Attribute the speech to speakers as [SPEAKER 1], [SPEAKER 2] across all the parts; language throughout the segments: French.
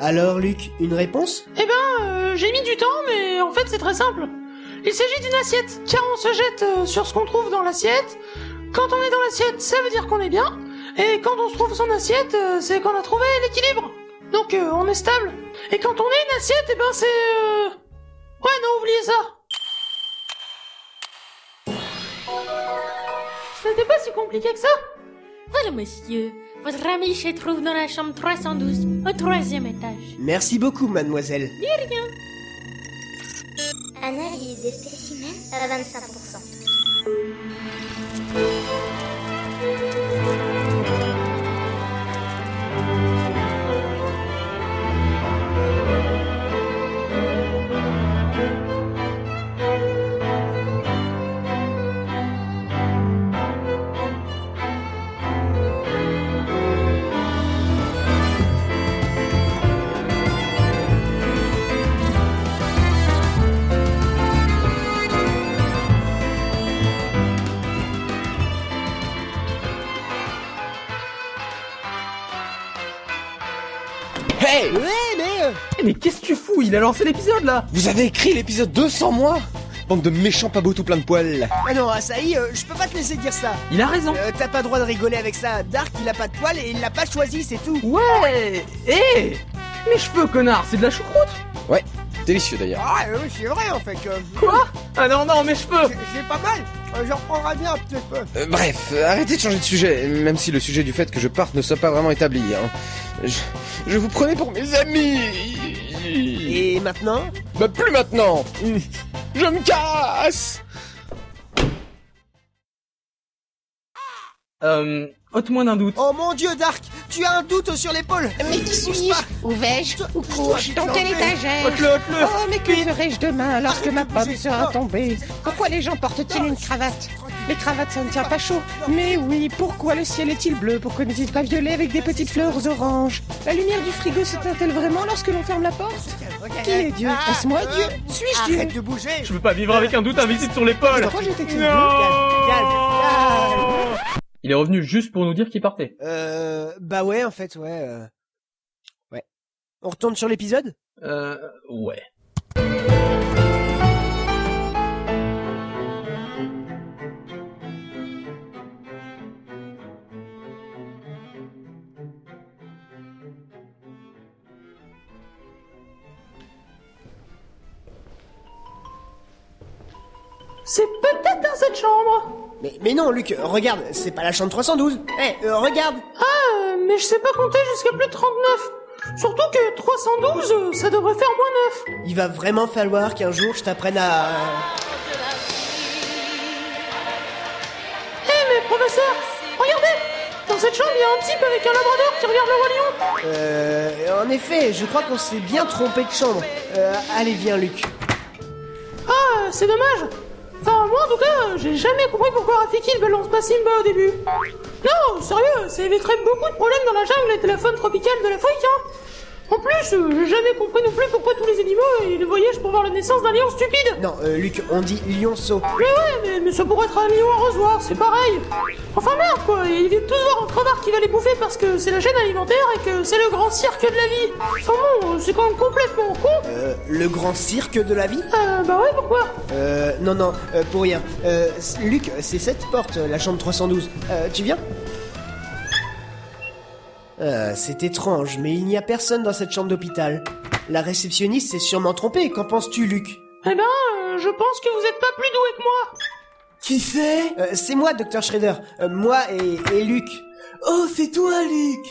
[SPEAKER 1] Alors Luc, une réponse
[SPEAKER 2] Eh ben, euh, j'ai mis du temps, mais en fait c'est très simple. Il s'agit d'une assiette, car on se jette euh, sur ce qu'on trouve dans l'assiette. Quand on est dans l'assiette, ça veut dire qu'on est bien. Et quand on se trouve son assiette, euh, c'est qu'on a trouvé l'équilibre. Donc euh, on est stable. Et quand on est une assiette, eh ben c'est... euh, Ouais, non, oubliez ça. Ce n'était pas si compliqué que ça.
[SPEAKER 3] Voilà, monsieur. Votre ami se trouve dans la chambre 312, au troisième étage.
[SPEAKER 1] Merci beaucoup mademoiselle.
[SPEAKER 4] Analyse des spécimens euh, à 25%.
[SPEAKER 5] Hey
[SPEAKER 6] Ouais, mais... euh,
[SPEAKER 7] Eh, Mais qu'est-ce que tu fous Il a lancé l'épisode là
[SPEAKER 5] Vous avez écrit l'épisode 2 sans moi Bande de méchants pabots tout plein de poils
[SPEAKER 6] Ah non, Asahi, euh, je peux pas te laisser dire ça.
[SPEAKER 7] Il a raison
[SPEAKER 6] Euh, T'as pas droit de rigoler avec ça. Dark, il a pas de poil et il l'a pas choisi, c'est tout.
[SPEAKER 7] Ouais Hé Mes cheveux, connard, c'est de la choucroute
[SPEAKER 5] Délicieux d'ailleurs.
[SPEAKER 6] Ah, ouais, c'est vrai, en fait. euh,
[SPEAKER 7] Quoi Ah non, non, mes cheveux
[SPEAKER 6] c'est- C'est pas mal. Euh, J'en reprendrai bien un petit peu.
[SPEAKER 5] Euh, bref, euh, arrêtez de changer de sujet, même si le sujet du fait que je parte ne soit pas vraiment établi. hein. Je, je vous prenais pour mes amis
[SPEAKER 6] Et maintenant
[SPEAKER 5] Bah plus maintenant Je me casse
[SPEAKER 7] Euh... Ôte-moi d'un doute.
[SPEAKER 6] Oh mon dieu, Dark, tu as un doute sur l'épaule.
[SPEAKER 8] Mais qui suis-je Où vais-je
[SPEAKER 6] Je-
[SPEAKER 8] Où
[SPEAKER 6] je
[SPEAKER 8] cours-je
[SPEAKER 6] dois
[SPEAKER 8] Dans quelle
[SPEAKER 6] planter.
[SPEAKER 8] étagère
[SPEAKER 7] Ôte-le, ôte-le
[SPEAKER 8] Oh, mais que ferai-je demain lorsque ma pomme
[SPEAKER 6] bouger.
[SPEAKER 8] sera
[SPEAKER 6] Non.
[SPEAKER 8] tombée Pourquoi les gens portent-ils une cravate Les cravates, ça ne tient pas chaud. Mais oui, pourquoi le ciel est-il bleu Pourquoi n'est-il pas violet avec des petites fleurs oranges La lumière du frigo s'éteint-elle vraiment lorsque l'on ferme la porte
[SPEAKER 6] Ok.
[SPEAKER 8] Qui est Dieu
[SPEAKER 6] Ah,
[SPEAKER 8] Est-ce moi
[SPEAKER 6] euh,
[SPEAKER 8] Dieu Suis-je Dieu
[SPEAKER 6] Arrête de bouger.
[SPEAKER 7] Je peux pas vivre avec un doute invisible sur l'épaule
[SPEAKER 8] Pourquoi j'étais
[SPEAKER 7] Non
[SPEAKER 6] calme,
[SPEAKER 7] Il est revenu juste pour nous dire qu'il partait.
[SPEAKER 6] Euh, bah ouais, en fait, ouais. euh, Ouais. On retourne sur l'épisode
[SPEAKER 7] Euh... Ouais.
[SPEAKER 2] C'est peut-être dans cette chambre.
[SPEAKER 6] mais, mais non, Luc, euh, regarde, c'est pas la chambre 312. Eh, euh, regarde
[SPEAKER 2] Euh, mais je sais pas compter jusqu'à plus de 39. Surtout que 312, euh, ça devrait faire moins Eh,
[SPEAKER 6] Il va vraiment falloir qu'un jour je t'apprenne à...
[SPEAKER 2] 9. Eh mais professeur, regardez Dans cette chambre, il y a un type avec un labrador qui regarde le roi lion. Ah,
[SPEAKER 6] Euh, en effet, je crois qu'on s'est bien trompé de chambre. Euh, allez, viens, Luc.
[SPEAKER 2] Ah, euh, c'est dommage. Enfin, moi en tout cas, euh, j'ai jamais compris pourquoi Rafiki ne balance pas Simba au début. Non, sérieux, ça éviterait beaucoup de problèmes dans la jungle et de la faune tropicale de l'Afrique, hein. En plus, euh, j'ai jamais compris non plus pourquoi tous les animaux euh, ils le voyagent pour voir la naissance d'un lion stupide.
[SPEAKER 6] Non, euh, Luc, on dit lionceau.
[SPEAKER 2] Mais ouais, mais, mais ça pourrait être un lion à rasoir, c'est pareil. Enfin merde quoi, ils viennent tous voir un crevard qui va les bouffer parce que c'est la chaîne alimentaire et que c'est le grand cirque de la vie. Enfin bon, c'est quand même complètement con.
[SPEAKER 6] Euh, le grand cirque de la vie
[SPEAKER 2] Euh, bah ouais, pourquoi
[SPEAKER 6] Euh, non, non, euh, pour rien. Euh, c- Luc, c'est cette porte, euh, la chambre 312. Euh, tu viens Euh, C'est étrange, mais il n'y a personne dans cette chambre d'hôpital. La réceptionniste s'est sûrement trompée, qu'en penses-tu, Luc
[SPEAKER 2] Eh ben, euh, je pense que vous êtes pas plus doué que moi.
[SPEAKER 9] Qui c'est
[SPEAKER 6] Euh, C'est moi, docteur Schrader. Euh, moi et, et Luc.
[SPEAKER 9] Oh, c'est toi, Luc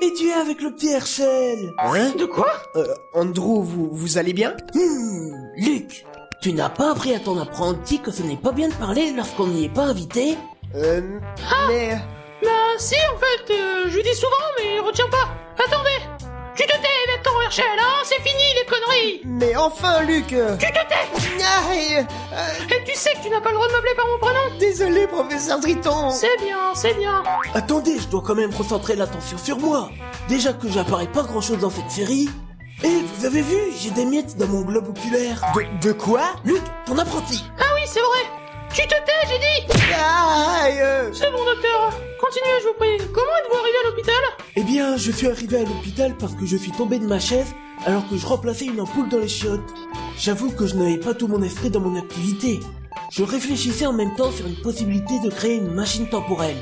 [SPEAKER 9] Et tu es avec le petit Herschel
[SPEAKER 6] Hein
[SPEAKER 2] De quoi
[SPEAKER 6] euh, Andrew, vous, vous allez bien
[SPEAKER 9] Hmm, Luc, tu n'as pas appris à ton apprenti que ce n'est pas bien de parler lorsqu'on n'y est pas invité
[SPEAKER 6] euh,
[SPEAKER 2] Ah
[SPEAKER 6] Mais...
[SPEAKER 2] Bah si, en fait, euh, je lui dis souvent, mais il retient pas. Attendez Tu te tais, docteur Herschel, hein C'est fini, les conneries
[SPEAKER 6] Mais enfin, Luc euh,
[SPEAKER 2] Tu te tais
[SPEAKER 6] ah, et, euh,
[SPEAKER 2] Et tu sais que tu n'as pas le droit de m'appeler par mon prénom
[SPEAKER 6] Désolé, professeur Triton
[SPEAKER 2] C'est bien, c'est bien.
[SPEAKER 9] Attendez, je dois quand même concentrer l'attention sur moi. Déjà que j'apparais pas grand chose dans cette série. Et vous avez vu, j'ai des miettes dans mon globe oculaire.
[SPEAKER 6] De, de quoi
[SPEAKER 9] Luc, ton apprenti.
[SPEAKER 2] Ah oui, c'est vrai Tu te tais, j'ai dit
[SPEAKER 6] Ah, et, euh,
[SPEAKER 2] C'est bon, docteur. Continuez, je vous prie. Comment êtes-vous arrivé à l'hôpital
[SPEAKER 9] Eh bien, bien, je suis arrivé à l'hôpital parce que je suis tombé de ma chaise alors que je remplaçais une ampoule dans les chiottes. J'avoue que je n'avais pas tout mon esprit dans mon activité. Je réfléchissais en même temps sur une possibilité de créer une machine temporelle.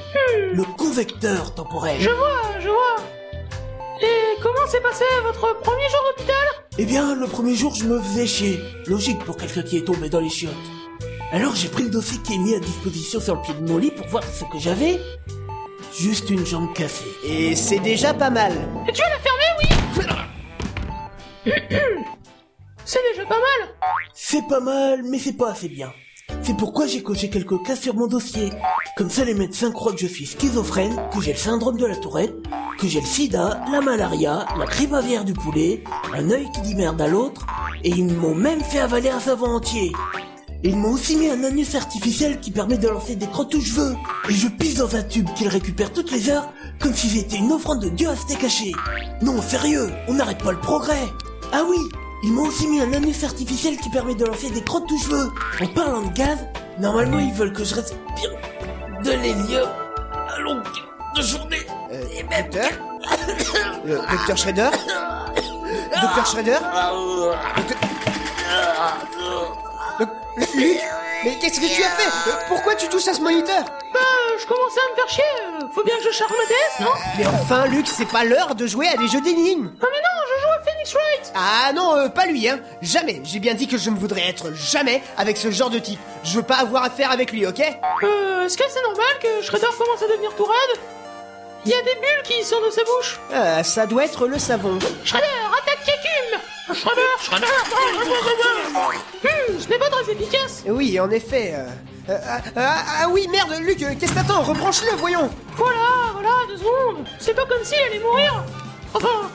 [SPEAKER 9] Le convecteur temporel.
[SPEAKER 2] Je vois, je vois. Et comment s'est passé votre premier jour d'hôpital
[SPEAKER 9] Eh bien, le premier jour, je me faisais chier. Logique pour quelqu'un qui est tombé dans les chiottes. Alors j'ai pris le dossier qui est mis à disposition sur le pied de mon lit pour voir ce que j'avais. Juste une jambe cassée.
[SPEAKER 6] Et c'est déjà pas mal.
[SPEAKER 2] Et tu l'as fermé, oui C'est déjà pas mal
[SPEAKER 9] C'est pas mal, mais c'est pas assez bien. C'est pourquoi j'ai coché quelques cases sur mon dossier. Comme ça, les médecins croient que je suis schizophrène, que j'ai le syndrome de la tourette, que j'ai le sida, la malaria, la grippe aviaire du poulet, un œil qui dit merde à l'autre, et ils m'ont même fait avaler un savon entier. Et ils m'ont aussi mis un anus artificiel qui permet de lancer des crottes où je veux. Et je pisse dans un tube qu'ils récupèrent toutes les heures, comme si j'étais une offrande de Dieu à se caché. Non, sérieux, on n'arrête pas le progrès. Ah oui, ils m'ont aussi mis un anus artificiel qui permet de lancer des crottes où je veux. En parlant de gaz, normalement ils veulent que je respire de les yeux à longueur de journée.
[SPEAKER 6] Euh, docteur Euh, Docteur Shredder Docteur Shredder Docteur- Doc- Luc Mais qu'est-ce que tu as fait Euh, Pourquoi tu touches à ce moniteur
[SPEAKER 2] Bah, euh, je commençais à me faire chier. euh, Faut bien que je charme ma déesse, non
[SPEAKER 6] Mais enfin, Luc, c'est pas l'heure de jouer à des jeux d'énigmes
[SPEAKER 2] Ah mais non, je joue à Phoenix Wright
[SPEAKER 6] Ah non, euh, pas lui, hein Jamais J'ai bien dit que je ne voudrais être jamais avec ce genre de type. Je veux pas avoir affaire avec lui, ok
[SPEAKER 2] Euh, est-ce que c'est normal que Shredder commence à devenir tout raide Il y a des bulles qui sortent de sa bouche.
[SPEAKER 6] Euh, ça doit être le savon.
[SPEAKER 2] Shredder, attaque Kekum Shredder, Shredder Hum, ce n'est pas très efficace
[SPEAKER 6] Oui, en effet. euh, euh, ah, ah, ah oui, merde, Luc, euh, qu'est-ce que t'attends Rebranche-le, voyons
[SPEAKER 2] Voilà, voilà, deux secondes C'est pas comme si elle allait mourir Enfin,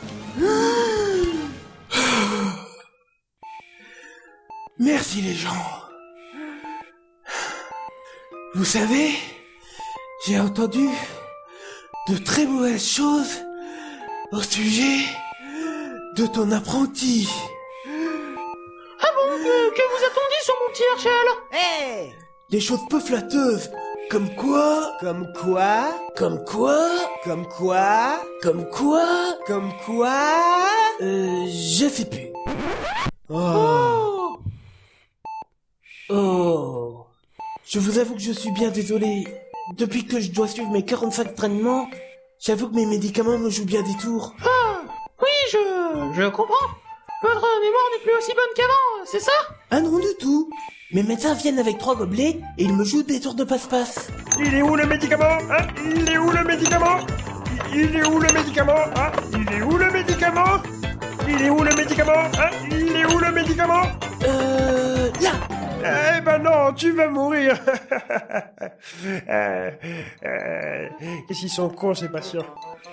[SPEAKER 9] Merci les gens. Vous savez, j'ai entendu de très mauvaises choses au sujet de ton apprenti.
[SPEAKER 2] ah bon, euh, que vous attendiez sur mon petit Herschel
[SPEAKER 6] Hé
[SPEAKER 9] Des choses peu flatteuses, comme quoi,
[SPEAKER 6] Comme quoi
[SPEAKER 9] comme quoi,
[SPEAKER 6] Comme quoi
[SPEAKER 9] comme quoi,
[SPEAKER 6] Comme quoi
[SPEAKER 9] euh, je sais plus.
[SPEAKER 2] Oh
[SPEAKER 9] Oh. Je vous avoue que je suis bien désolé. Depuis que je dois suivre mes 45 traitements, j'avoue que mes médicaments me jouent bien des tours.
[SPEAKER 2] Oui, je... je comprends Votre mémoire n'est plus aussi bonne qu'avant, c'est ça
[SPEAKER 9] Ah non du tout Mes médecins viennent avec trois gobelets et ils me jouent des tours de passe-passe.
[SPEAKER 10] Il est où le médicament hein Il est où le médicament Il est où le médicament hein Il est où le médicament Il est où le médicament hein Il est où le médicament
[SPEAKER 9] Euh... Là
[SPEAKER 10] Eh ben non, tu vas mourir Euh, euh, Qu'est-ce qu'ils sont cons, c'est pas sûr.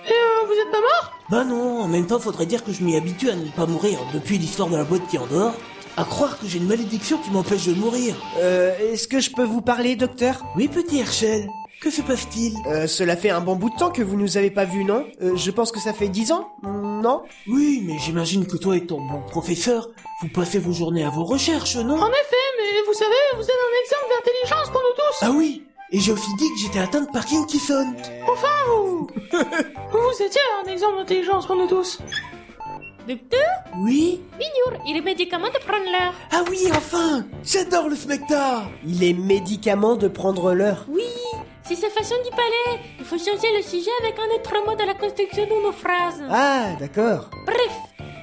[SPEAKER 2] Et euh, vous êtes pas mort
[SPEAKER 9] Bah non, en même temps faudrait dire que je m'y habitue à ne pas mourir depuis l'histoire de la boîte qui endort. À croire que j'ai une malédiction qui m'empêche de mourir.
[SPEAKER 6] Euh, est-ce que je peux vous parler, docteur
[SPEAKER 9] Oui petit Herschel, que se passe-t-il
[SPEAKER 6] Euh, cela fait un bon bout de temps que vous nous avez pas vus, non Euh, Je pense que ça fait dix ans Non
[SPEAKER 9] Oui, mais j'imagine que toi et ton bon professeur, vous passez vos journées à vos recherches, non
[SPEAKER 2] En effet, mais vous savez, vous êtes un exemple d'intelligence pour nous tous
[SPEAKER 9] Ah oui Et j'ai aussi dit que j'étais atteint de Parkinson
[SPEAKER 2] Enfin, vous Vous étiez un exemple d'intelligence pour nous tous
[SPEAKER 3] Docteur
[SPEAKER 9] Oui
[SPEAKER 3] Mignour, il est médicament de prendre l'heure.
[SPEAKER 9] Ah oui, enfin J'adore le smecta
[SPEAKER 6] Il est médicament de prendre l'heure.
[SPEAKER 3] Oui, c'est sa façon d'y parler. Il faut changer le sujet avec un autre mot de la construction de nos phrases.
[SPEAKER 6] Ah, d'accord.
[SPEAKER 3] Bref,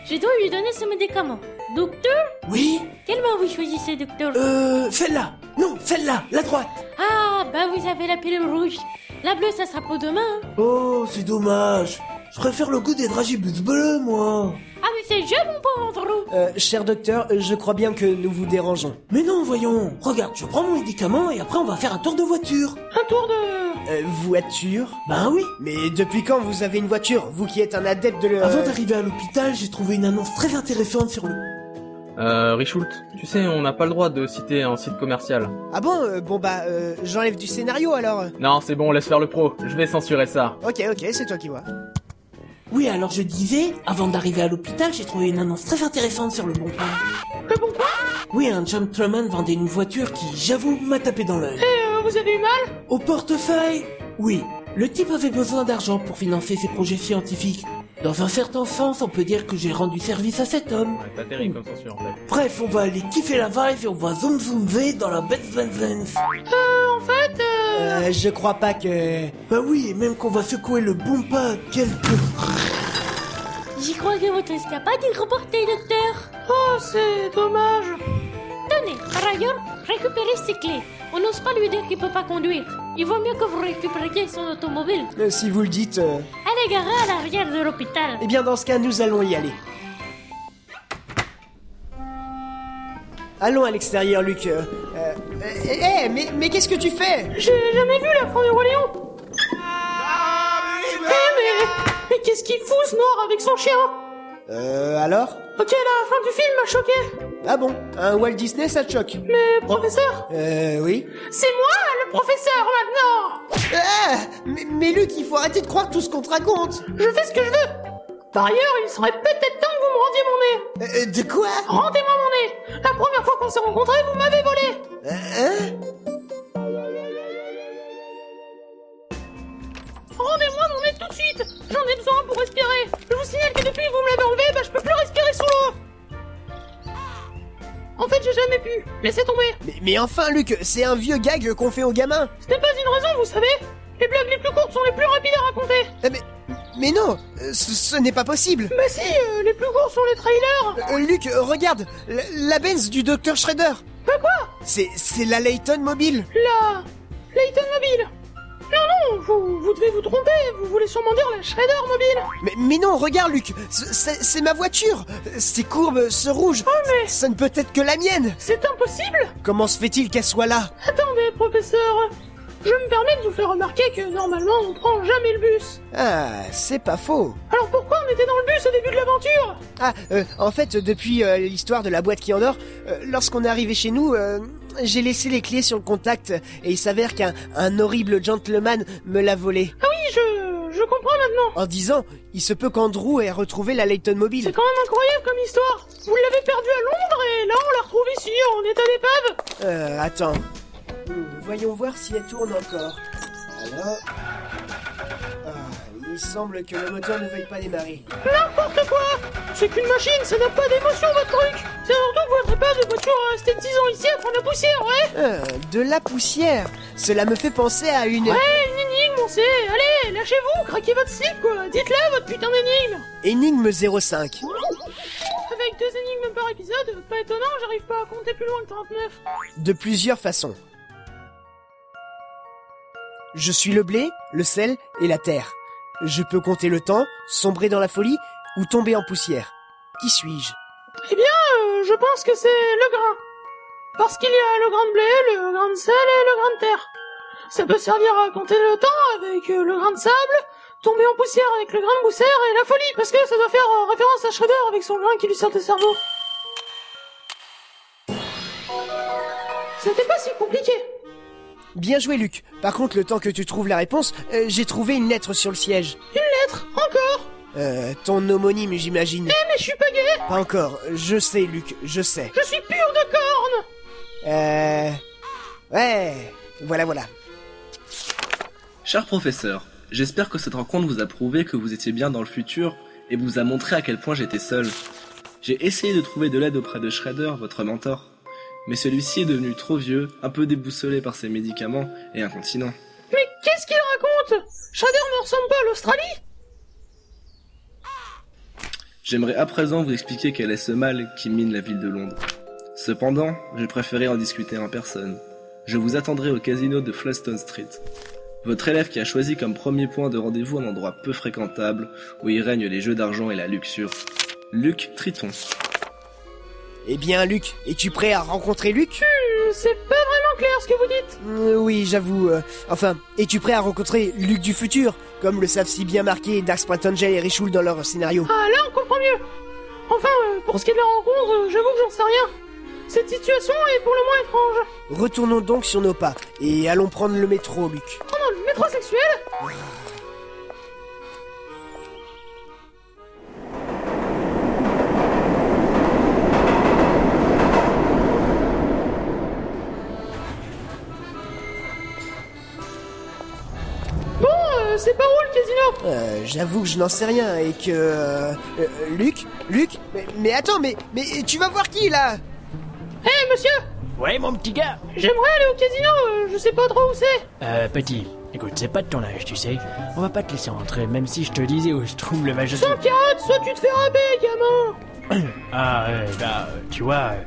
[SPEAKER 3] je dois lui donner ce médicament. Docteur
[SPEAKER 9] Oui
[SPEAKER 3] Quelle main vous choisissez, docteur
[SPEAKER 9] Euh, celle-là Non, celle-là, la droite
[SPEAKER 3] Ah, bah vous avez la pilule rouge. La bleue, ça sera pour demain. hein.
[SPEAKER 9] Oh, c'est dommage Je préfère le goût des dragibus bleus, moi
[SPEAKER 3] Ah, mais c'est je, mon pauvre Andrew.
[SPEAKER 6] Euh, cher docteur, euh, je crois bien que nous vous dérangeons.
[SPEAKER 9] Mais non, voyons Regarde, je prends mon médicament et après on va faire un tour de voiture
[SPEAKER 2] Un tour de...
[SPEAKER 6] Euh, voiture
[SPEAKER 9] Ben oui
[SPEAKER 6] Mais depuis quand vous avez une voiture Vous qui êtes un adepte de le...
[SPEAKER 9] Avant d'arriver à l'hôpital, j'ai trouvé une annonce très intéressante sur le...
[SPEAKER 11] Euh, Richoult, tu sais, on n'a pas le droit de citer un site commercial.
[SPEAKER 6] Ah bon euh, Bon bah, euh, j'enlève du scénario alors.
[SPEAKER 11] Non, c'est bon, laisse faire le pro, je vais censurer ça.
[SPEAKER 6] Ok, ok, c'est toi qui vois.
[SPEAKER 9] Oui, alors je disais, avant d'arriver à l'hôpital, j'ai trouvé une annonce très intéressante sur le bon pain.
[SPEAKER 2] Le bon coin
[SPEAKER 9] Oui, un gentleman vendait une voiture qui, j'avoue, m'a tapé dans l'œil.
[SPEAKER 2] Et euh, vous avez eu mal
[SPEAKER 9] Au portefeuille Oui, Le type avait besoin d'argent pour financer ses projets scientifiques. Dans un certain sens, on peut dire que j'ai rendu service à cet homme.
[SPEAKER 11] Ouais, pas terrible comme censure en fait.
[SPEAKER 9] Bref, on va aller kiffer la vibe et on va zoom zoom v dans la bête Benzens.
[SPEAKER 2] Euh, en fait, euh...
[SPEAKER 6] je crois pas que...
[SPEAKER 9] Bah oui, et même qu'on va secouer le bon pas quelque...
[SPEAKER 3] J'y crois que votre escapade est reportée, docteur.
[SPEAKER 2] Oh, c'est dommage.
[SPEAKER 3] Tenez, par ailleurs, récupérez ses clés. On n'ose pas lui dire qu'il peut pas conduire. Il vaut mieux que vous récupériez son automobile.
[SPEAKER 6] Euh, si vous le dites... euh,
[SPEAKER 3] Elle est garée à l'arrière de l'hôpital.
[SPEAKER 6] Eh bien, dans ce cas, nous allons y aller. Allons à l'extérieur, Luc. Euh, euh, eh, eh, mais, mais qu'est-ce que tu fais
[SPEAKER 2] J'ai jamais vu la fin du Roi Lion. Eh, mais... Mais qu'est-ce qu'il fout, ce noir, avec son chien
[SPEAKER 6] Euh, alors
[SPEAKER 2] Ok, la fin du film m'a choqué.
[SPEAKER 6] Ah bon Un Walt Disney, ça te choque
[SPEAKER 2] Mais, professeur,
[SPEAKER 6] Euh, oui
[SPEAKER 2] c'est moi, le professeur, maintenant
[SPEAKER 6] Ah mais, mais Luc, il faut arrêter de croire tout ce qu'on te raconte
[SPEAKER 2] Je fais ce que je veux Par ailleurs, il serait peut-être temps que vous me rendiez mon nez
[SPEAKER 6] Euh, euh, De quoi
[SPEAKER 2] Rendez-moi mon nez La première fois qu'on s'est rencontrés, vous m'avez volé
[SPEAKER 6] Euh, Hein
[SPEAKER 2] Rendez-moi mon nez tout de suite J'en ai besoin pour respirer Je vous signale que depuis que vous me l'avez enlevé, bah je peux plus respirer sous l'eau En fait, j'ai jamais pu Laissez tomber
[SPEAKER 6] mais, mais enfin, Luc, c'est un vieux gag qu'on fait aux gamins
[SPEAKER 2] C'était pas une raison, vous savez Les blagues les plus courtes sont les plus rapides à raconter
[SPEAKER 6] Eh, mais, mais non euh, Ce, ce n'est pas possible
[SPEAKER 2] Bah si, euh, les plus courts sont les trailers
[SPEAKER 6] Euh, Luc, euh, regarde La, la Benz du Dr Shredder
[SPEAKER 2] Bah quoi
[SPEAKER 6] C'est c'est la Layton mobile
[SPEAKER 2] La... Layton Mobile Non, non, vous, vous devez vous tromper, vous voulez sûrement dire la Shredder Mobile
[SPEAKER 6] mais, mais non, regarde Luc, ce- c'est c'est ma voiture Ces courbes, ce rouge,
[SPEAKER 2] mais-
[SPEAKER 6] ça ne peut être que la mienne
[SPEAKER 2] C'est impossible
[SPEAKER 6] Comment se fait-il qu'elle soit là
[SPEAKER 2] Attendez, professeur Je me permets de vous faire remarquer que normalement on prend jamais le bus.
[SPEAKER 6] Ah, c'est pas faux
[SPEAKER 2] Alors pourquoi on était dans le bus au début de l'aventure
[SPEAKER 6] Ah, euh, en fait, depuis euh, l'histoire de la boîte qui endort, euh, lorsqu'on est arrivé chez nous, euh, j'ai laissé les clés sur le contact et il s'avère qu'un un horrible gentleman me l'a volé.
[SPEAKER 2] Ah oui, je, je comprends maintenant.
[SPEAKER 6] En disant, il se peut qu'Andrew ait retrouvé la Layton
[SPEAKER 2] C'est
[SPEAKER 6] mobile.
[SPEAKER 2] quand même incroyable comme histoire. Vous l'avez perdu à Londres et là on la retrouve ici en état d'épave.
[SPEAKER 6] Euh, attends. Hmm, Voyons voir si elle tourne encore. Alors... Ah, il semble que le moteur ne veuille pas démarrer.
[SPEAKER 2] N'importe quoi C'est qu'une machine, ça n'a pas d'émotion votre truc C'est surtout que votre épave de voiture est restée 10 ans ici à prendre la poussière, ouais
[SPEAKER 6] Euh, de la poussière Cela me fait penser à une...
[SPEAKER 2] Ouais, une énigme, on sait Allez, lâchez-vous, craquez votre slip quoi Dites-la votre putain d'énigme
[SPEAKER 6] Énigme 05.
[SPEAKER 2] Avec deux énigmes par épisode, pas étonnant, j'arrive pas à compter plus loin que 39.
[SPEAKER 6] de plusieurs façons. Je suis le blé, le sel et la terre. Je peux compter le temps, sombrer dans la folie ou tomber en poussière. Qui suis-je
[SPEAKER 2] Euh, je pense que c'est le grain. Parce qu'il y a le grain de blé, le grain de sel et le grain de terre. Ça peut servir à compter le temps avec euh, le grain de sable, tomber en poussière avec le grain de poussière et la folie, parce que ça doit faire euh, référence à Shredder avec son grain qui lui sort de cerveau. C'était pas si compliqué.
[SPEAKER 6] Bien joué Luc. Par contre, le temps que tu trouves la réponse, euh, j'ai trouvé une lettre sur le siège.
[SPEAKER 2] Lettre, encore.
[SPEAKER 6] Euh, ton homonyme, j'imagine.
[SPEAKER 2] Eh mais je suis pas gay,
[SPEAKER 6] Pas encore. Je sais Luc, je sais.
[SPEAKER 2] je suis pur de corne.
[SPEAKER 6] Euh... Ouais. Voilà, voilà.
[SPEAKER 12] Cher professeur, j'espère que cette rencontre vous a prouvé que vous étiez bien dans le futur et vous a montré à quel point j'étais seul. J'ai essayé de trouver de l'aide auprès de Shredder, votre mentor, mais celui-ci est devenu trop vieux, un peu déboussolé par ses médicaments et incontinent.
[SPEAKER 2] Mais qu'est-ce qu'il raconte Shredder ne ressemble pas à l'Australie
[SPEAKER 12] J'aimerais à présent vous expliquer quel est ce mal qui mine la ville de Londres. Cependant, je préférais en discuter en personne. Je vous attendrai au casino de Fluston Street. Votre élève qui a choisi comme premier point de rendez-vous un endroit peu fréquentable où il règne les jeux d'argent et la luxure. Luc Triton.
[SPEAKER 6] Eh bien Luc, es-tu prêt à rencontrer Luc
[SPEAKER 2] Hmm, C'est pas vraiment clair ce que vous dites.
[SPEAKER 6] Euh, oui, j'avoue. euh, enfin, es-tu prêt à rencontrer Luc du futur, comme le savent si bien marquer Dax Pratangel et Richoul dans leur scénario
[SPEAKER 2] Ah là on comprend mieux Enfin, euh, pour ce qui est de la rencontre, euh, j'avoue que j'en sais rien. Cette situation est pour le moins étrange.
[SPEAKER 6] Retournons donc sur nos pas et allons prendre le métro, Luc.
[SPEAKER 2] Oh non, le métro sexuel Bon, euh, c'est par où le casino
[SPEAKER 6] Euh, J'avoue que je n'en sais rien et que... euh, euh, Luc Luc mais, mais attends, mais, mais tu vas voir qui là
[SPEAKER 2] Hé, Eh, monsieur
[SPEAKER 9] Ouais, mon petit gars
[SPEAKER 2] J'aimerais aller au casino, euh, je sais pas trop où c'est.
[SPEAKER 9] Euh, petit, écoute, c'est pas de ton âge, tu sais. On va pas te laisser entrer, même si je te disais où se trouve le vagin.
[SPEAKER 2] Sans carotte, soit tu te fais raber, gamin
[SPEAKER 9] Ah, euh, bah, tu vois, euh,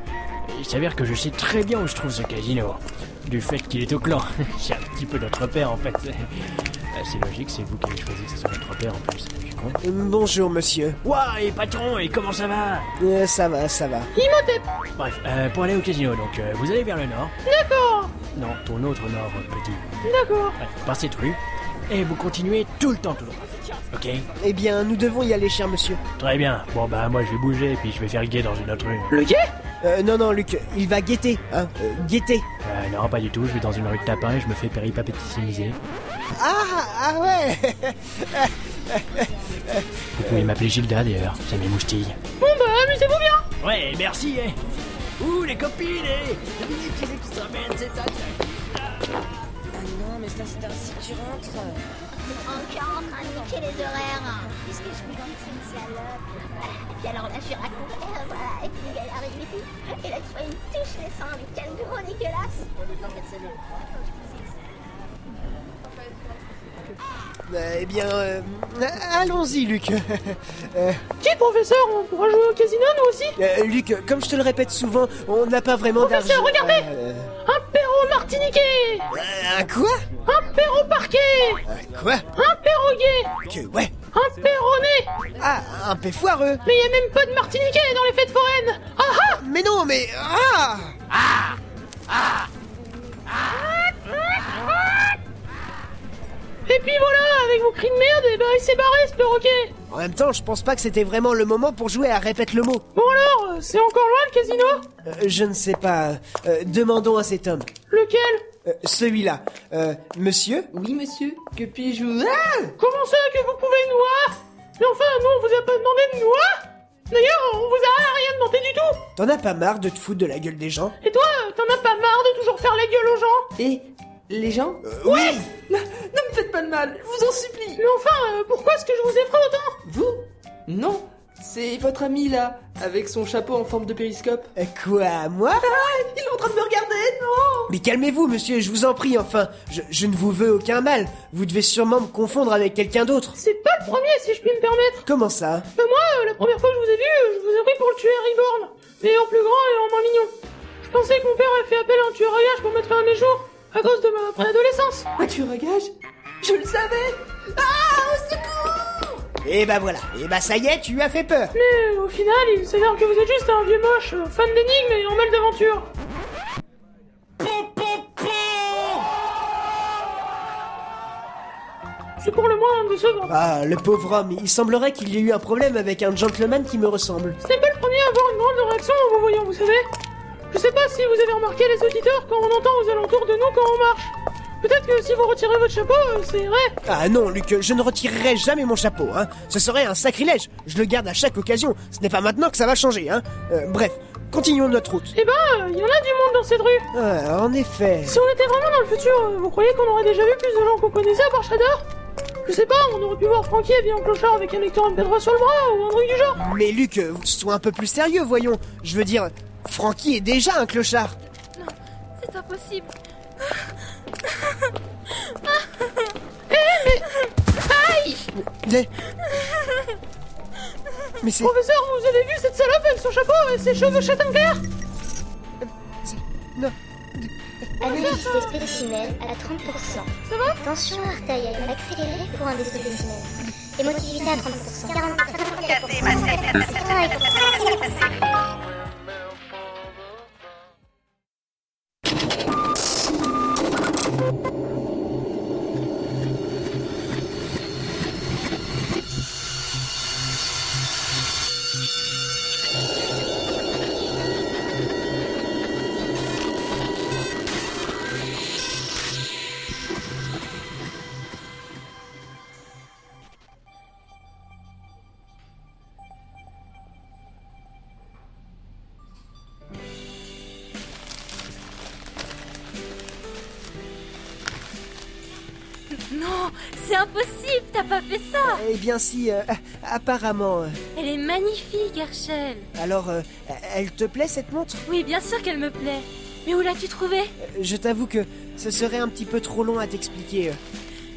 [SPEAKER 9] il s'avère que je sais très bien où se trouve ce casino. Du fait qu'il est au clan. c'est un petit peu notre père, en fait. Ah, C'est logique, c'est vous qui avez choisi que ce soit notre père, en plus. Je suis con.
[SPEAKER 6] Euh, Bonjour monsieur.
[SPEAKER 9] Ouah, et patron, et comment ça va
[SPEAKER 6] Euh, ça va, ça va.
[SPEAKER 2] Imhotep
[SPEAKER 9] Bref, euh, pour aller au casino, donc, euh, vous allez vers le nord.
[SPEAKER 2] D'accord
[SPEAKER 9] Non, ton autre nord, euh, petit.
[SPEAKER 2] D'accord
[SPEAKER 9] Ouais, par cette rue. Et vous continuez tout le temps tout droit. Ok
[SPEAKER 6] Eh bien, nous devons y aller, cher monsieur.
[SPEAKER 9] Très bien. Bon, bah, moi, je vais bouger, puis je vais faire le guet dans une autre rue.
[SPEAKER 2] Le guet
[SPEAKER 6] Euh, non, non, Luc, il va guetter, hein, euh, guetter.
[SPEAKER 9] Euh, non, pas du tout. Je vais dans une rue de tapin et je me fais péripapéticiser.
[SPEAKER 6] Ah, ah ouais
[SPEAKER 9] Vous pouvez m'appeler Gilda, d'ailleurs. Ça m'émoustille.
[SPEAKER 2] Bon bah, amusez-vous bien
[SPEAKER 9] Ouais, merci, hein. Ouh, les copines, hein. c'est
[SPEAKER 13] Non, mais ça, c'est ainsi que tu rentres.
[SPEAKER 4] Encore en train de niquer les horaires. Qu'est-ce que je vous donne, cette salope Et puis alors là, je suis raconté, hein, voilà, et puis elle arrive et tout. Et là, tu vois, il me touche les seins avec quel gros Nicolas
[SPEAKER 6] Euh, Eh bien, euh, allons-y, Luc. Euh,
[SPEAKER 2] Qui, professeur, on pourra jouer au casino, nous aussi
[SPEAKER 6] euh, Luc, comme je te le répète souvent, on n'a pas vraiment d'argent.
[SPEAKER 2] Professeur, regardez
[SPEAKER 6] Euh,
[SPEAKER 2] Un perro martiniquais
[SPEAKER 6] un quoi
[SPEAKER 2] Un perro parquet
[SPEAKER 6] Quoi
[SPEAKER 2] Un perro gay
[SPEAKER 6] Que ouais
[SPEAKER 2] Un perronné
[SPEAKER 6] Ah, un paix foireux
[SPEAKER 2] Mais y a même pas de martiniquais dans les fêtes foraines Ah ah
[SPEAKER 6] Mais non, mais... Ah
[SPEAKER 2] Et puis voilà, avec vos cris de merde, et bah il s'est barré ce perroquet
[SPEAKER 6] En même temps, je pense pas que c'était vraiment le moment pour jouer à Répète le mot.
[SPEAKER 2] Bon alors, euh, c'est encore loin le casino
[SPEAKER 6] Euh, je ne sais pas. Euh, demandons à cet homme.
[SPEAKER 2] Lequel
[SPEAKER 6] Euh, Celui-là. Euh, monsieur
[SPEAKER 14] Oui, monsieur, que puis-je vous... Ah
[SPEAKER 2] Comment ça que vous pouvez nous voir Mais enfin, nous on vous a pas demandé de nous voir D'ailleurs, on vous a rien demandé du tout
[SPEAKER 6] T'en as pas marre de te foutre de la gueule des gens
[SPEAKER 2] Et toi, euh, t'en as pas marre de toujours faire la gueule aux gens
[SPEAKER 14] Et les gens
[SPEAKER 6] Oui
[SPEAKER 14] Ne me faites pas de mal, je vous en supplie
[SPEAKER 2] Mais enfin, euh, pourquoi est-ce que je vous effraie autant
[SPEAKER 14] Vous Non C'est votre ami, là, avec son chapeau en forme de périscope.
[SPEAKER 6] Euh, Quoi, moi
[SPEAKER 14] Ah, il est en train de me regarder, non
[SPEAKER 6] Mais calmez-vous, monsieur, je vous en prie, enfin. Je, je ne vous veux aucun mal. Vous devez sûrement me confondre avec quelqu'un d'autre.
[SPEAKER 2] C'est pas le premier, si je puis me permettre
[SPEAKER 6] Comment ça
[SPEAKER 2] Mais moi, euh, la première fois que je vous ai vu, euh, je vous ai pris pour le tueur Reborn Mais en plus grand et en moins mignon Je pensais que mon père avait fait appel à un tueur à gages pour mettre fin à mes jours, à cause de ma préadolescence
[SPEAKER 14] Ah, tu regages Je le savais Ah, au secours
[SPEAKER 6] Eh bah voilà. Eh bah ça y est, tu lui as fait peur.
[SPEAKER 2] Mais euh, au final, il s'avère que vous êtes juste un vieux moche, euh, fan d'énigmes et en mal d'aventure C'est pour le moins décevant
[SPEAKER 6] Ah, le pauvre homme, il semblerait qu'il y ait eu un problème avec un gentleman qui me ressemble.
[SPEAKER 2] C'est pas le premier à avoir une drôle de réaction en vous voyant, vous savez. Je sais pas si vous avez remarqué les auditeurs quand on entend aux alentours de nous quand on marche. Peut-être que si vous retirez votre chapeau, euh, c'est vrai.
[SPEAKER 6] Ah non, Luc, je ne retirerai jamais mon chapeau, hein. Ce serait un sacrilège. Je le garde à chaque occasion. Ce n'est pas maintenant que ça va changer, hein. Euh, bref, continuons notre route.
[SPEAKER 2] Eh ben, euh, il y en a du monde dans cette rue.
[SPEAKER 6] Ah, en effet.
[SPEAKER 2] Si on était vraiment dans le futur, euh, vous croyez qu'on aurait déjà vu plus de gens qu'on connaissait à part Shader Je sais pas, on aurait pu voir Frankie habillé en clochard avec un lecteur MP3 sur le bras ou un truc du genre.
[SPEAKER 6] Mais Luc, euh, sois un peu plus sérieux, voyons. Je veux dire, Francky est déjà un clochard.
[SPEAKER 13] Non, c'est impossible.
[SPEAKER 6] Mais, mais c'est...
[SPEAKER 2] Professeur, vous avez vu cette salope avec son chapeau et ses cheveux châtain clair
[SPEAKER 6] Non.
[SPEAKER 4] Analyse des spécimens à 30%.
[SPEAKER 2] Ça va
[SPEAKER 4] Tension artérielle accélérée pour un des spécimens. Émotivité à 30%. 40%. 45%.
[SPEAKER 13] Non, c'est impossible, t'as pas fait ça
[SPEAKER 6] Eh bien si, euh, apparemment. euh,
[SPEAKER 13] Elle est magnifique, Herschel
[SPEAKER 6] alors, euh, elle te plaît cette montre
[SPEAKER 13] Oui, bien sûr qu'elle me plaît. Mais où l'as-tu trouvée
[SPEAKER 6] Euh, Je t'avoue que ce serait un petit peu trop long à t'expliquer. euh.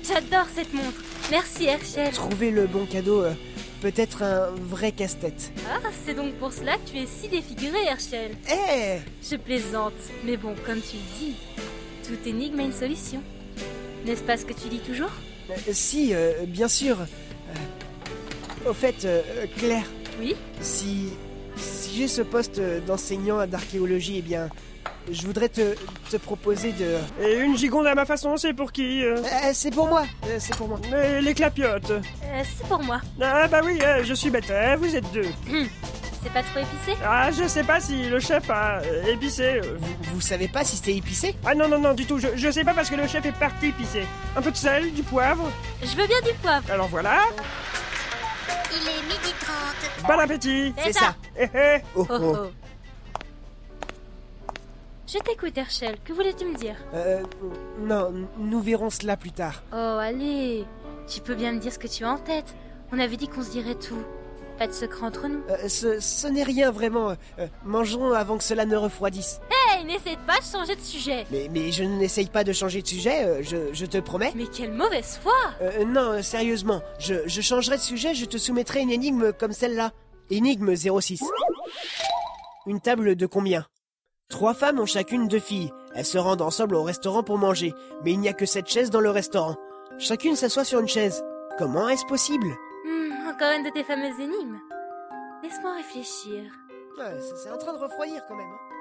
[SPEAKER 13] J'adore cette montre. Merci, Herschel.
[SPEAKER 6] Trouver le bon cadeau, euh, peut-être un vrai casse-tête.
[SPEAKER 13] Ah, c'est donc pour cela que tu es si défiguré, Herschel.
[SPEAKER 6] Eh
[SPEAKER 13] Je plaisante, mais bon, comme tu le dis, toute énigme a une solution. N'est-ce pas ce que tu dis toujours
[SPEAKER 6] Euh, Si, euh, bien sûr. Euh, au fait, euh, euh, Claire.
[SPEAKER 13] Oui
[SPEAKER 6] Si. Si j'ai ce poste euh, d'enseignant d'archéologie, eh bien. Je voudrais te, te proposer de.
[SPEAKER 10] Et une gigonde à ma façon, c'est pour qui euh
[SPEAKER 6] Euh, c'est pour moi, euh, c'est pour moi.
[SPEAKER 10] Mais les clapiotes
[SPEAKER 13] Euh, C'est pour moi. Hum,
[SPEAKER 10] Ah bah oui, euh, je suis bête, euh, vous êtes deux.
[SPEAKER 13] C'est pas trop épicé
[SPEAKER 10] Ah, je sais pas si le chef a euh, épicé.
[SPEAKER 6] Vous, savez pas si c'était épicé
[SPEAKER 10] Ah non, non, non, du tout, je, je sais pas parce que le chef est parti épicer. Un peu de sel, du poivre.
[SPEAKER 13] Je veux bien du poivre.
[SPEAKER 10] Alors voilà,
[SPEAKER 4] Il est midi 30.
[SPEAKER 10] bon appétit
[SPEAKER 13] C'est ça.
[SPEAKER 10] Eh, eh.
[SPEAKER 6] Oh,
[SPEAKER 13] Oh,
[SPEAKER 6] oh.
[SPEAKER 13] oh. Je t'écoute, Herschel. Que voulais-tu me dire
[SPEAKER 6] Euh, non, n- nous verrons cela plus tard.
[SPEAKER 13] Oh, allez. Tu peux bien me dire ce que tu as en tête. On avait dit qu'on se dirait tout. Pas de secret entre nous.
[SPEAKER 6] Euh, ce ce n'est rien vraiment. euh, euh, mangeons avant que cela ne refroidisse.
[SPEAKER 13] Hey, n'essaie pas de changer de sujet.
[SPEAKER 6] Mais, mais je n'essaye pas de changer de sujet, euh, je, je te promets.
[SPEAKER 13] Mais quelle mauvaise foi
[SPEAKER 6] Euh, non, euh, sérieusement, je, je changerai de sujet, je te soumettrai une énigme comme celle-là. Énigme 06. Une table de combien Trois femmes ont chacune deux filles. Elles se rendent ensemble au restaurant pour manger, mais il n'y a que sept chaises dans le restaurant. Chacune s'assoit sur une chaise. Comment est-ce possible
[SPEAKER 13] Hmm, Encore une de tes fameuses énigmes. Laisse-moi réfléchir.
[SPEAKER 6] C'est en train de refroidir quand même. hein.